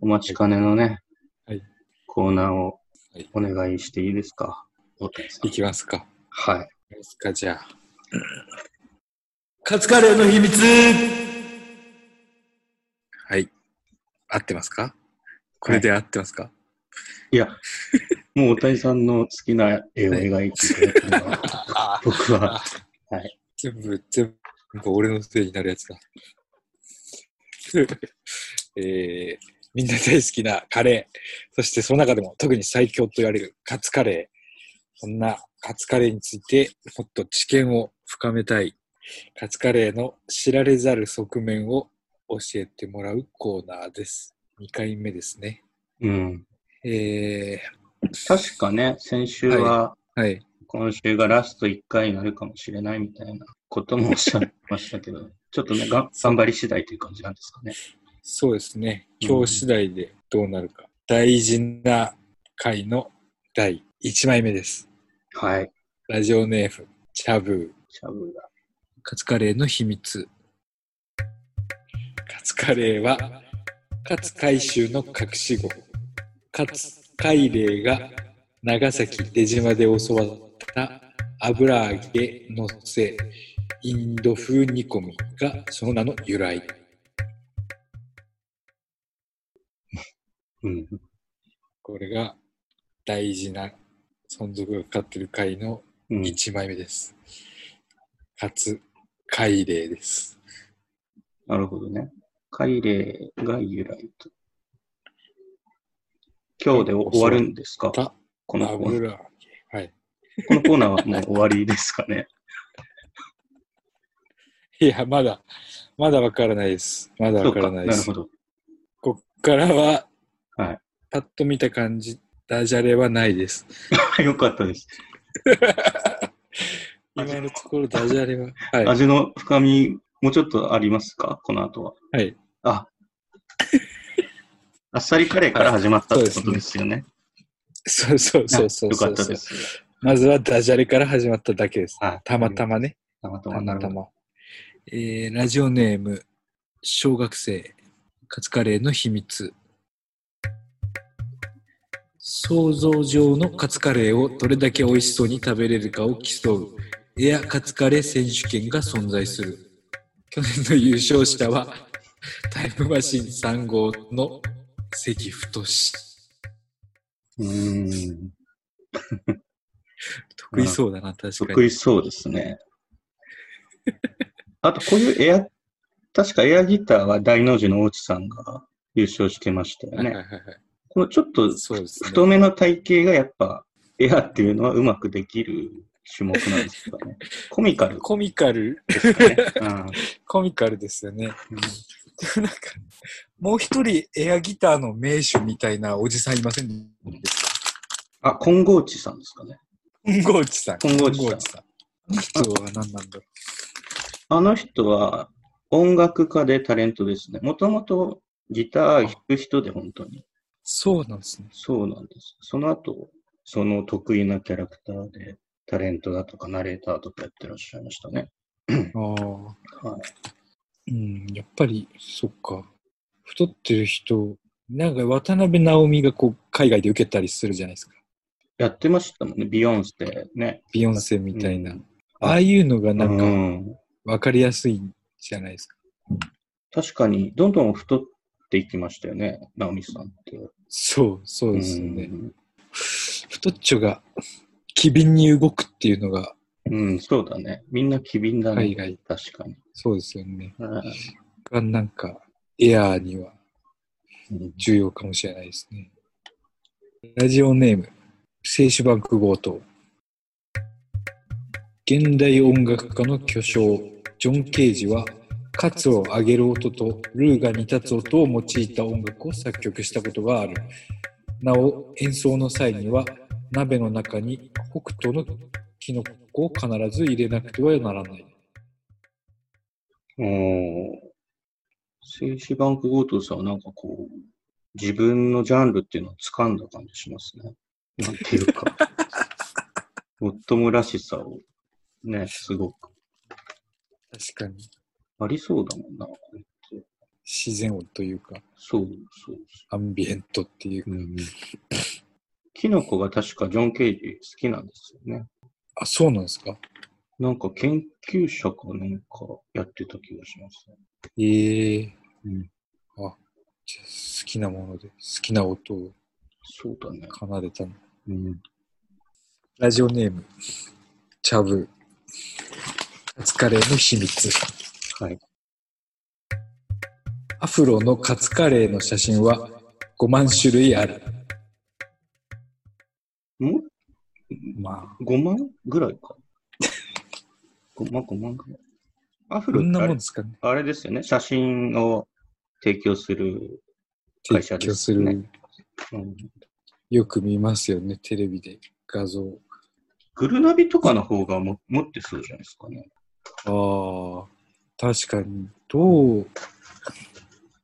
Speaker 2: お待ちかねのね、
Speaker 1: はい
Speaker 2: コーナーを
Speaker 1: はい
Speaker 2: お願いしていいですか、大谷さん
Speaker 1: いきますか
Speaker 2: はい。
Speaker 1: いきますかじゃあ
Speaker 6: カツカレーの秘密
Speaker 1: はい合ってますかこれで合ってますか、
Speaker 2: いや、もう大谷さんの好きな絵を描いていただいたのは、僕は、
Speaker 1: 全部、全部、なんか俺のせいになるやつだ。 <laughs> えーみんな大好きなカレー、そしてその中でも特に最強と言われるカツカレー。そんなカツカレーについてもっと知見を深めたい。カツカレーの知られざる側面を教えてもらうコーナーです。2回目ですね。
Speaker 2: うん。
Speaker 1: え
Speaker 2: 確かね、先週は、
Speaker 1: ー、はい。
Speaker 2: 今週がラスト1回になるかもしれないみたいなこともおっしゃってましたけど、 <laughs> ちょっとね、が頑張り次第という感じなんですかね。
Speaker 1: そうですね。
Speaker 2: うん
Speaker 1: 今日次第でどうなるか。大事な回の第1枚目です。
Speaker 2: はい。
Speaker 1: ラジオネーム、チャブー。
Speaker 2: しゃぶが。
Speaker 1: カツカレーの秘密。カツカレーは、カツ回収の隠し子。カツ海霊が長崎出島で教わった油揚げのせ、インド風煮込みがその名の由来。
Speaker 2: うん。
Speaker 1: これが大事な存続がかかってる回の
Speaker 2: うん。
Speaker 1: 1枚目です。かつ、海霊です。
Speaker 2: なるほどね。海霊が由来と。今日でお終わるんですか
Speaker 1: た、
Speaker 2: このコーナー
Speaker 1: 油揚げ。はい。
Speaker 2: このコーナーはもう終わりですかね。
Speaker 1: いや、まだ、まだわからないです。まだ
Speaker 2: そ
Speaker 1: <laughs> わ
Speaker 2: う
Speaker 1: か
Speaker 2: か。
Speaker 1: ら
Speaker 2: な
Speaker 1: ないで
Speaker 2: る
Speaker 1: す
Speaker 2: ほ。ど。
Speaker 1: こっからは、
Speaker 2: はい
Speaker 1: パッと見た感じ、ダジャレはないです。
Speaker 2: <laughs> よかったです。
Speaker 1: 今のところダジャレは。はい。
Speaker 2: 味の深み、もうちょっとありますかこの後は。
Speaker 1: はい。
Speaker 2: あ。 <laughs> あっさりカレーから始まったってことですよね。
Speaker 1: そうそうそうそうそう。
Speaker 2: よかったで。す。
Speaker 1: まずはダジャレから始まっただけです。
Speaker 2: はい
Speaker 1: たまたまね。
Speaker 2: たま
Speaker 1: た
Speaker 2: たま。
Speaker 1: ま
Speaker 2: なる
Speaker 1: た
Speaker 2: ほど
Speaker 1: ま。えーラジオネーム、小学生、カツカレーの秘密。想像上のカツカレーをどれだけ美味しそうに食べれるかを競う、エアカツカレー選手権が存在する。去年の優勝者は、タイムマシン3号の関太志。
Speaker 2: うーん。
Speaker 1: 得意そうだな、確か
Speaker 2: 得
Speaker 1: に。
Speaker 2: 意そうですね。 <laughs> あと、こういうエア、確かエアギターは大の字の大地さんが優勝してましたよ
Speaker 1: はいはい
Speaker 2: ね。
Speaker 1: はいはい。
Speaker 2: このちょっと
Speaker 1: そうですね。
Speaker 2: 太めの体型がやっぱ、エアっていうのはうまくできる種目なんですかね。コミカル
Speaker 1: コミカル
Speaker 2: です
Speaker 1: <laughs>
Speaker 2: かね。うん
Speaker 1: コミカルですよね。でもなんか、もう一人エアギターの名手みたいなおじさんいませんですか
Speaker 2: あ、金剛地さんですかね。
Speaker 1: 金剛地さん。
Speaker 2: 金剛地さん
Speaker 1: 金さん。あの人は何なんだろ
Speaker 2: あの人は音楽家でタレントですね。もともとギター弾く人で本当に。
Speaker 1: う。そうなんですね。
Speaker 2: そうなんです。その後、その得意なキャラクターでタレントだとかナレーターとかやってらっしゃいましたね。
Speaker 1: ああ。
Speaker 2: は
Speaker 1: うん、やっぱり、そっか。太ってる人、なんか渡辺直美がこう、海外で受けたりするじゃないですか。
Speaker 2: やってましたもんね。ビヨンスでね。
Speaker 1: ビヨンセみたいな。
Speaker 2: うん
Speaker 1: ああいうのが
Speaker 2: う
Speaker 1: なんか、
Speaker 2: ん。
Speaker 1: わかりやすいじゃないですか。
Speaker 2: 確かに、どんどん太っていきましたよね。ナオミさんって。
Speaker 1: そう、そうですよ
Speaker 2: う
Speaker 1: ね。
Speaker 2: ん
Speaker 1: 太っちょが、機敏に動くっていうのが、
Speaker 2: うん、そうだね。みんな機敏だね。
Speaker 1: 海外
Speaker 2: 確かに。
Speaker 1: そうですよね。
Speaker 2: うん
Speaker 1: がなんか、エアーには
Speaker 2: うん
Speaker 1: 重要かもしれないですね。ラジオネーム、聖酒バンク強盗。現代音楽家の巨匠ジョン・ケージはカツを上げる音とルーが煮立つ音を用いた音楽を作曲したことがあるなお演奏の際には鍋の中に北斗のキノコを必ず入れなくてはならない
Speaker 2: おー静止バンクゴートさんはなんかこう、自分のジャンルっていうのを掴んだ感じしますね。なんていうか、もっともらしさを、ね、すごく。
Speaker 1: 確かに
Speaker 2: ありそうだもんな、これって。
Speaker 1: 自然音というか
Speaker 2: そうそう
Speaker 1: アンビエントっていう
Speaker 2: そう。キノコが確かジョン・ケイジ好きなんですよね。
Speaker 1: あそうなんですか
Speaker 2: なんか研究者かなんかやってた気がしますね。
Speaker 1: ええ
Speaker 2: うん
Speaker 1: あじゃあ好きなもので好きな音を
Speaker 2: そうだね。
Speaker 1: 奏でたの
Speaker 2: うん、
Speaker 1: ラジオネーム、チャブ、カツカレーの秘密。
Speaker 2: はい。
Speaker 1: アフロのカツカレーの写真は5万種類ある。
Speaker 2: も
Speaker 1: まあ、
Speaker 2: 5万ぐらいか。5万、5万ぐらい。アフ
Speaker 1: こ
Speaker 2: ロ
Speaker 1: ん
Speaker 2: っ
Speaker 1: な
Speaker 2: てあ
Speaker 1: もん
Speaker 2: れ
Speaker 1: ですかね。
Speaker 2: あれですよね。写真を提供する会社
Speaker 1: 提
Speaker 2: で
Speaker 1: 供
Speaker 2: す
Speaker 1: す
Speaker 2: よね。
Speaker 1: る。
Speaker 2: うん
Speaker 1: よく見ますよね、テレビで画像。
Speaker 2: グルナビとかの方がも持ってそうじゃないですかね。
Speaker 1: ああ、確かに。どう、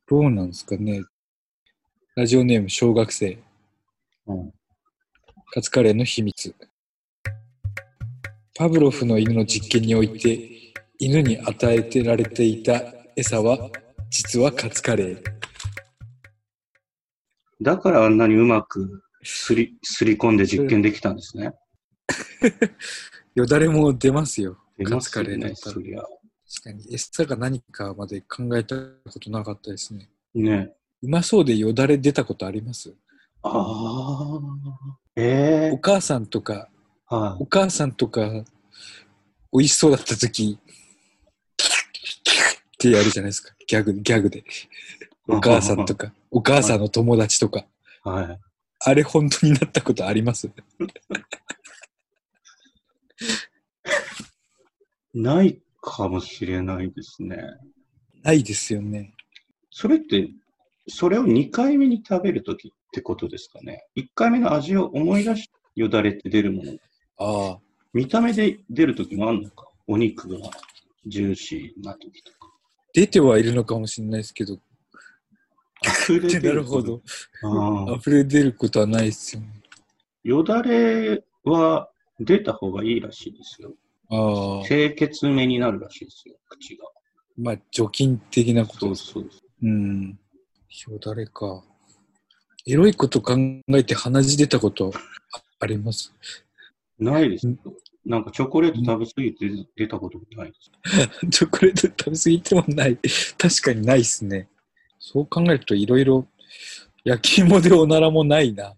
Speaker 1: どうなんですかね。ラジオネーム、小学生。
Speaker 2: うん、
Speaker 1: カツカレーの秘密。パブロフの犬の実験において、犬に与えてられていた餌は、実はカツカレー。
Speaker 2: だからあんなにうまくすりすり込んで実験できたんですね。
Speaker 1: よだれも出ますよ。
Speaker 2: 出
Speaker 1: カ
Speaker 2: ま
Speaker 1: ツ
Speaker 2: す
Speaker 1: カ
Speaker 2: よ
Speaker 1: レーだっ
Speaker 2: ね、
Speaker 1: たら
Speaker 2: そ。りゃ。
Speaker 1: 確かに、餌が何かまで考えたことなかったですね。
Speaker 2: ね。
Speaker 1: うまそうでよだれ出たことあります
Speaker 2: ああ。え
Speaker 1: お母さんとか、
Speaker 2: ー。は
Speaker 1: お母さんとか、美味しそうだった時、キャッキャッキャッってやるじゃないですか。ギャグ、ギャグで。
Speaker 2: い。
Speaker 1: お母さんと
Speaker 2: か。
Speaker 1: か、
Speaker 2: <laughs>
Speaker 1: お母さんの友達とか、
Speaker 2: はい。
Speaker 1: あれ本当になったことあります
Speaker 2: ないかもしれないですね。
Speaker 1: ないですよね。
Speaker 2: それって、それを2回目に食べるときってことですかね。1回目の味を思い出して、よだれって出るもの。
Speaker 1: ああ、
Speaker 2: 見た目で出るときもあるのか。お肉がジューシーなときとか。
Speaker 1: 出てはいるのかもしれないですけど、
Speaker 2: 溢
Speaker 1: <laughs>
Speaker 2: れ出
Speaker 1: な
Speaker 2: と
Speaker 1: るほど。。
Speaker 2: あー
Speaker 1: 溢れ出ることはないですよね。
Speaker 2: よだれは出た方がいいらしいですよ。
Speaker 1: ああ、
Speaker 2: 清潔めになるらしいですよ、口が。
Speaker 1: まあ、除菌的なこ
Speaker 2: そ
Speaker 1: と
Speaker 2: う
Speaker 1: です。
Speaker 2: そう。
Speaker 1: うん。よだれか。エロいこと考えて鼻血出たことあります
Speaker 2: ないですよ。なんかチョコレート食べ過ぎて出たこともないです。
Speaker 1: チョコレート食べ過ぎてもない。確かにないっすね。そう考えるといろいろ焼き芋でおならもないな。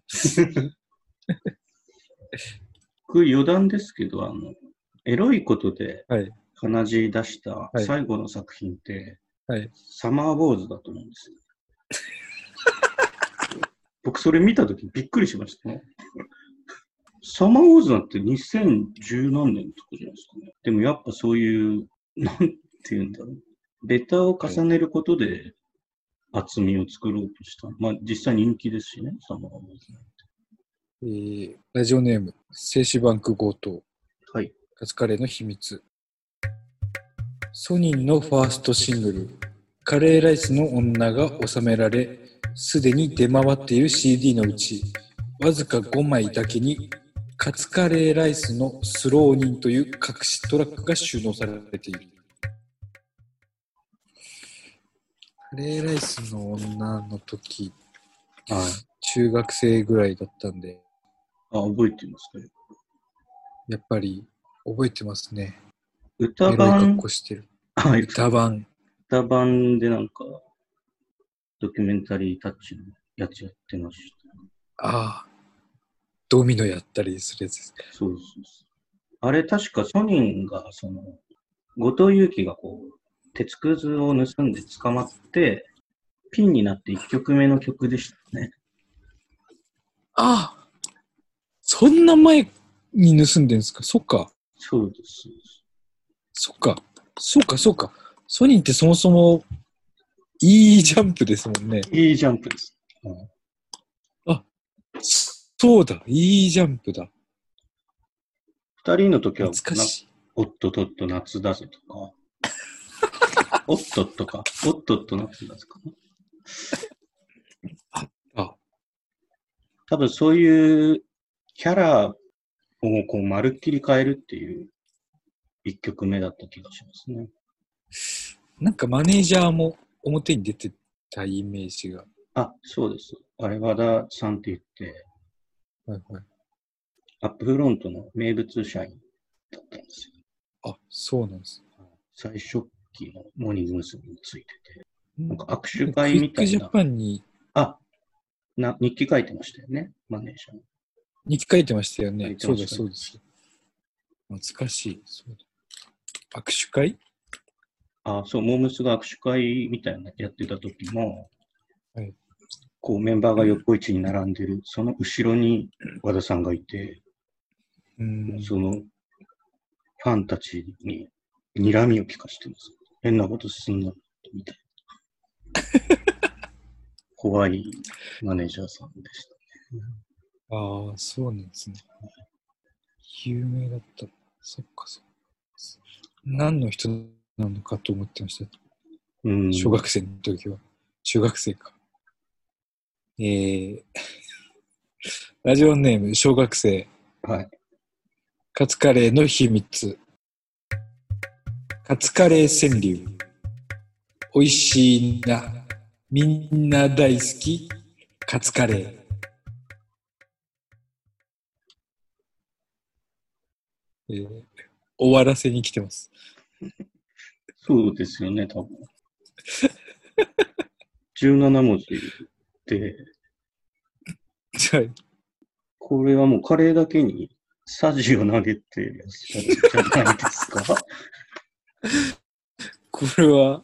Speaker 2: 僕、余談ですけど、あの、エロいことで
Speaker 1: はい。
Speaker 2: 鼻血出した
Speaker 1: い
Speaker 2: 最後の作品って、
Speaker 1: はい
Speaker 2: サマーボーズだと思うんですよ。 <laughs> 僕、それ見たときびっくりしましたね。サマーボーズなんて2010何年とかじゃないですかね。でもやっぱそういう、なんて言うんだろう。ベタを重ねることで厚みを作ろうとした。まあ実際人気ですしね、サマーボーズ。
Speaker 1: えーラジオネーム、静止バンク強盗、
Speaker 2: はい。
Speaker 1: カツカレーの秘密。ソニーのファーストシングル、カレーライスの女が収められ、すでに出回っている CD のうち、わずか5枚だけに、カツカレーライスのスローニンという隠しトラックが収納されている。カレーライスの女の時、
Speaker 2: はい。
Speaker 1: 中学生ぐらいだったんで、
Speaker 2: あ、覚えてますか
Speaker 1: やっぱり覚えてますね。
Speaker 2: 歌
Speaker 1: エロい格
Speaker 2: 版、
Speaker 1: 好してる。
Speaker 2: はい、
Speaker 1: 歌版。
Speaker 2: 歌版でなんか、ドキュメンタリータッチのやつやってまし
Speaker 1: ああ。ドミノやったりするやつです。
Speaker 2: た。そうそうそう。あれ確かソニンが、その、後藤祐樹がこう、鉄くずを盗んで捕まって、ピンになって1曲目の曲でしたね。
Speaker 1: ああ。そんな前に盗んでんですかそっか。
Speaker 2: そうです。
Speaker 1: そっか、そっか、そっか。ソニーってそもそも、いいジャンプですもんね。
Speaker 2: いいジャンプです。
Speaker 1: そうだ、いいジャンプだ。
Speaker 2: 二人の時は、
Speaker 1: 懐かしい。
Speaker 2: おっとっとっと夏だぜとか、 <laughs> おっとっとか、おっとっと夏だぜかな。
Speaker 1: あ
Speaker 2: 多分そういうキャラをこうまるっきり変えるっていう一曲目だった気がしますね。
Speaker 1: なんかマネージャーも表に出てたイメージが。
Speaker 2: あ、そうです。あれ和田さんって言って、
Speaker 1: はいはい。
Speaker 2: アップフロントの名物社員だったんですよ。
Speaker 1: あ、そうなんです。
Speaker 2: 最初期のモーニング娘。についてて、
Speaker 1: な
Speaker 2: なんか握手会みた
Speaker 1: クイックジ
Speaker 2: い
Speaker 1: ャ
Speaker 2: な。
Speaker 1: パンに
Speaker 2: あ、な、日記書いてましたよね、マネージャー。
Speaker 1: 日記書いてましたよ
Speaker 2: 書
Speaker 1: ね
Speaker 2: い。て
Speaker 1: そ
Speaker 2: ま
Speaker 1: う
Speaker 2: し
Speaker 1: だ
Speaker 2: た
Speaker 1: そうです。懐かしい。そうだ握手会
Speaker 2: あ、そう、モームスが握手会みたいなのやってた時も、
Speaker 1: はい
Speaker 2: こうメンバーが横一に並んでる、その後ろに和田さんがいて、
Speaker 1: うん。
Speaker 2: そのファンたちに睨みを聞かしてます。変なことすんな、み
Speaker 1: <laughs>
Speaker 2: たいな。怖いマネージャーさんでし
Speaker 1: ああ、そうなんですね。有名だった。そっかそっか。何の人なのかと思ってました。
Speaker 2: た。うん。
Speaker 1: 小学生の時は。中学生か。えー、 <laughs> ラジオネーム、小学生、
Speaker 2: はい。
Speaker 1: カツカレーの秘密。カツカレー川柳。美味しいな。みんな大好き。カツカレー。えー終わらせに来てます。
Speaker 2: そうですよね、多分。17文字で、
Speaker 1: じゃあ、
Speaker 2: これはもうカレーだけにサジを投げてらっしゃるんじゃないですか
Speaker 1: これは、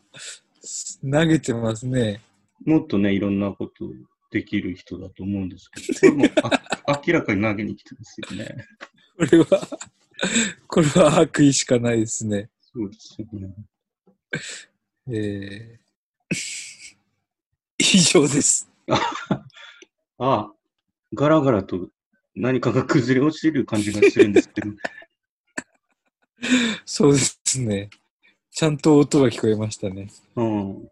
Speaker 1: す投げてますね。
Speaker 2: もっとね、いろんなことできる人だと思うんですけど、これもうあ明らかに投げに来てますよね。
Speaker 1: これは、これは悪意しかないですね。
Speaker 2: そうですよね。
Speaker 1: えー以上です。
Speaker 2: ああ、ガラガラと何かが崩れ落ちてる感じがするんですけど、
Speaker 1: そうですね。ちゃんと音が聞こえましたね。
Speaker 2: うん。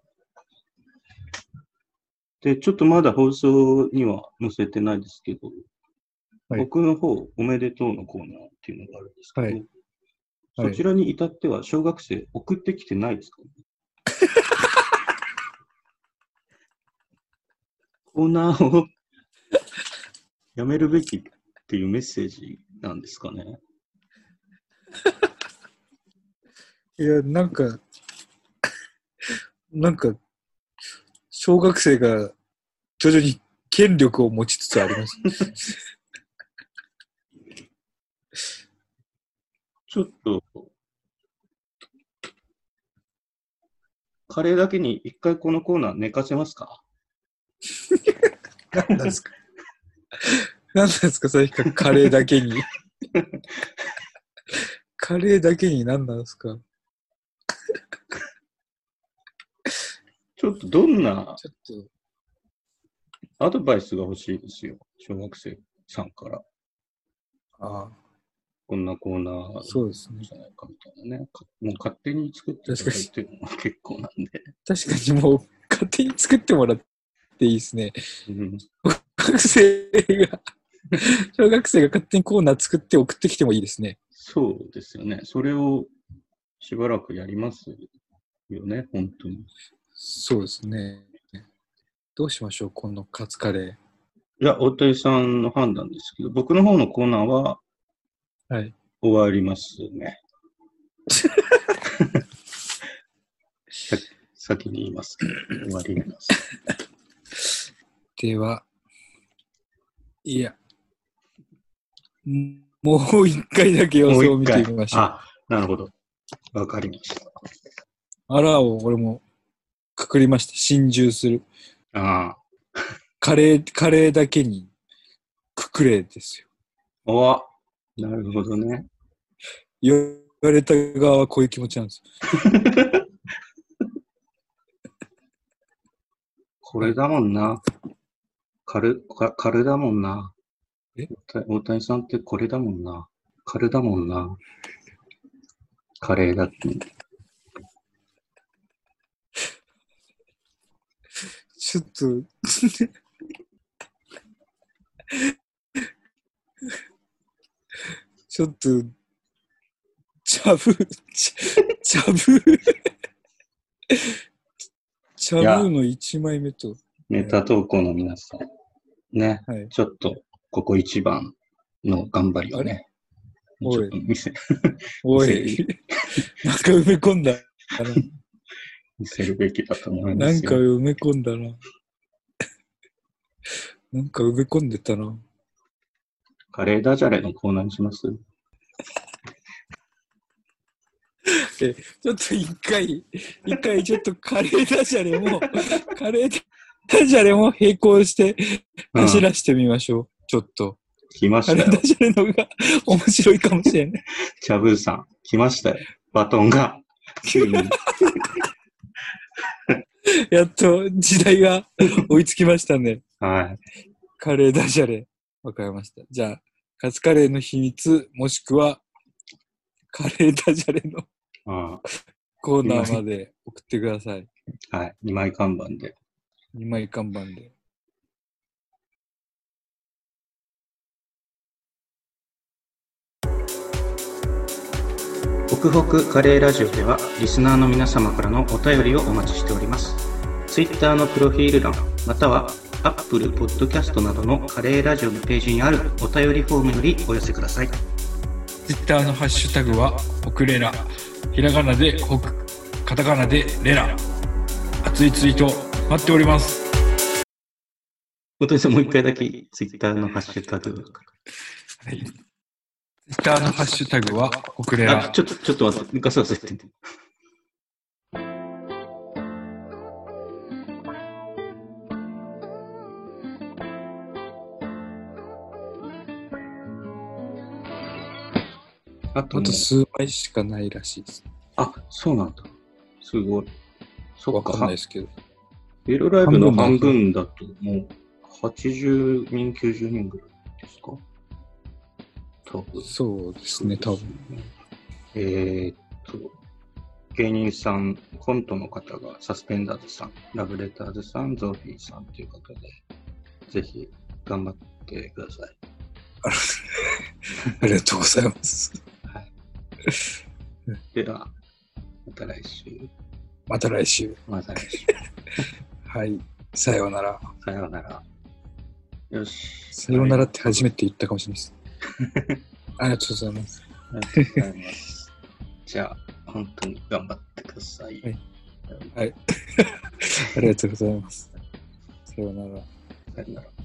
Speaker 2: で、ちょっとまだ放送には載せてないですけど、
Speaker 1: はい
Speaker 2: 僕の方、おめでとうのコーナーっていうのがあるんですけど、
Speaker 1: はいは
Speaker 2: そ
Speaker 1: い
Speaker 2: ちらに至っては小学生送ってきてな
Speaker 1: <laughs>
Speaker 2: いですか、コーナーを <laughs> やめるべきっていうメッセージなんですかね。
Speaker 1: いや、なんか、なんか、小学生が徐々に権力を持ちつつあります。
Speaker 2: ちょっと、カレーだけに一回このコーナー寝かせますか
Speaker 1: 何なんですか何なんですか最近カレーだけ <laughs> に。カレーだけに何なんですか
Speaker 2: ちょっとどんな
Speaker 1: ちょっと。
Speaker 2: アドバイスが欲しいですよ。小学生さんから。
Speaker 1: ああ、
Speaker 2: こんなコーナー
Speaker 1: そうですね。
Speaker 2: じゃないかみたいなね。かもう勝手に作っていただいても結構なんで。
Speaker 1: 確かにもう勝手に作ってもらっていいですね。
Speaker 2: うん
Speaker 1: 小学生が、 <laughs> 小学生が勝手にコーナー作って送ってきてもいいですね。
Speaker 2: そうですよね。それをしばらくやりますよね、本当に。
Speaker 1: そうですね。どうしましょう、このカツカレ
Speaker 2: いや、大谷さんの判断ですけど、僕の方のコーナーは
Speaker 1: ー。はい。
Speaker 2: 終わります
Speaker 1: <laughs>
Speaker 2: ね。さ先に言いますけど、終わります。
Speaker 1: では、いや、んもう一回だ <laughs> け様子を見てみましょう。あ
Speaker 2: あ、なるほど。わかりました。
Speaker 1: らを俺もくくりました。心中する。
Speaker 2: ああ、
Speaker 1: カレー、カレーだけにくくれですよ。
Speaker 2: おわなるほどね。
Speaker 1: 言われた側はこういう気持ちなんですよ。
Speaker 2: これだもんな。カル、カカルだもんな。
Speaker 1: え
Speaker 2: 大大谷さんってこれだもんな。カルだもんな。カレーだって。
Speaker 1: ちょっと、ちょっと、ちゃぶ、ちちゃぶ、ちゃぶの1枚目と、
Speaker 2: ネタ投稿の皆さん。ね。
Speaker 1: はい、
Speaker 2: ちょっと、ここ一番の頑張りをね。ち
Speaker 1: おい
Speaker 2: ょっと見せ、 <laughs>
Speaker 1: おい、なんか埋め込んだ
Speaker 2: 見せるべきだと思い
Speaker 1: な。な
Speaker 2: ま
Speaker 1: ん
Speaker 2: すよ。
Speaker 1: か埋め込んだな。なんか埋め込んでたな。
Speaker 2: カレーダジャレのコーナーにします
Speaker 1: ちょっと一回、一回ちょっとカレーダジャレも、カレーダジャレも並行して
Speaker 2: うん
Speaker 1: 走らしてみましょう。ちょっと。
Speaker 2: 来ま
Speaker 1: カ
Speaker 2: し
Speaker 1: レ
Speaker 2: た
Speaker 1: ー
Speaker 2: よ
Speaker 1: ダ。ジャレの方が面白いかもしれない。
Speaker 2: チャブーさん。来ましたよ。バトンが。つ <laughs> いに。
Speaker 1: やっと時代が追いつきましたね。
Speaker 2: はい。
Speaker 1: カレーダジャレ。わかりました。じゃあ、カツカレーの秘密、もしくは、カレーダジャレの
Speaker 2: うん
Speaker 1: コーナーまで送ってください。
Speaker 2: はい。二枚看板で。
Speaker 1: 2枚看板で。
Speaker 2: ホクホクカレーラジオではリスナーの皆様からのお便りをお待ちしております。ツイッターのプロフィール欄または Apple Podcast などのカレーラジオのページにあるお便りフォームよりお寄せください。
Speaker 1: ツイッターのハッシュタグは、ホクレラ。ひらがなでホク、カタカナでレラ。熱いツイート、待っております。
Speaker 2: 本当にもう一回だけツイッターのハッシュタグ。
Speaker 1: はい。ツイッターのハッシュタグは、ホクレ
Speaker 2: あ、
Speaker 1: ラ
Speaker 2: ち。ょっと、ちょっと待って、抜かす忘れて。あと
Speaker 1: あ
Speaker 2: ね
Speaker 1: と数枚しかないらしいです。
Speaker 2: あ、そうなんだ。すごい。そ
Speaker 1: わ
Speaker 2: っか。
Speaker 1: かんないですけど。
Speaker 2: エロライブの半分だと、もう、80人、90人ぐらいですか多分。
Speaker 1: そうですね、多分。
Speaker 2: えーっと、芸人さん、コントの方が、サスペンダーズさん、ラブレターズさん、ゾフィーさんということで、ぜひ、頑張ってください。
Speaker 1: ありがとうございます。
Speaker 2: では、また来週。
Speaker 1: また来週。
Speaker 2: また来週。
Speaker 1: はい。さようなら。
Speaker 2: さようなら。よし。
Speaker 1: さようならって初めて言ったかもしれないです。ありがとうございます。
Speaker 2: ありがとうございます。じゃあ、本当に頑張ってください。
Speaker 1: はいありがとうございます。さようなら。
Speaker 2: さよなら。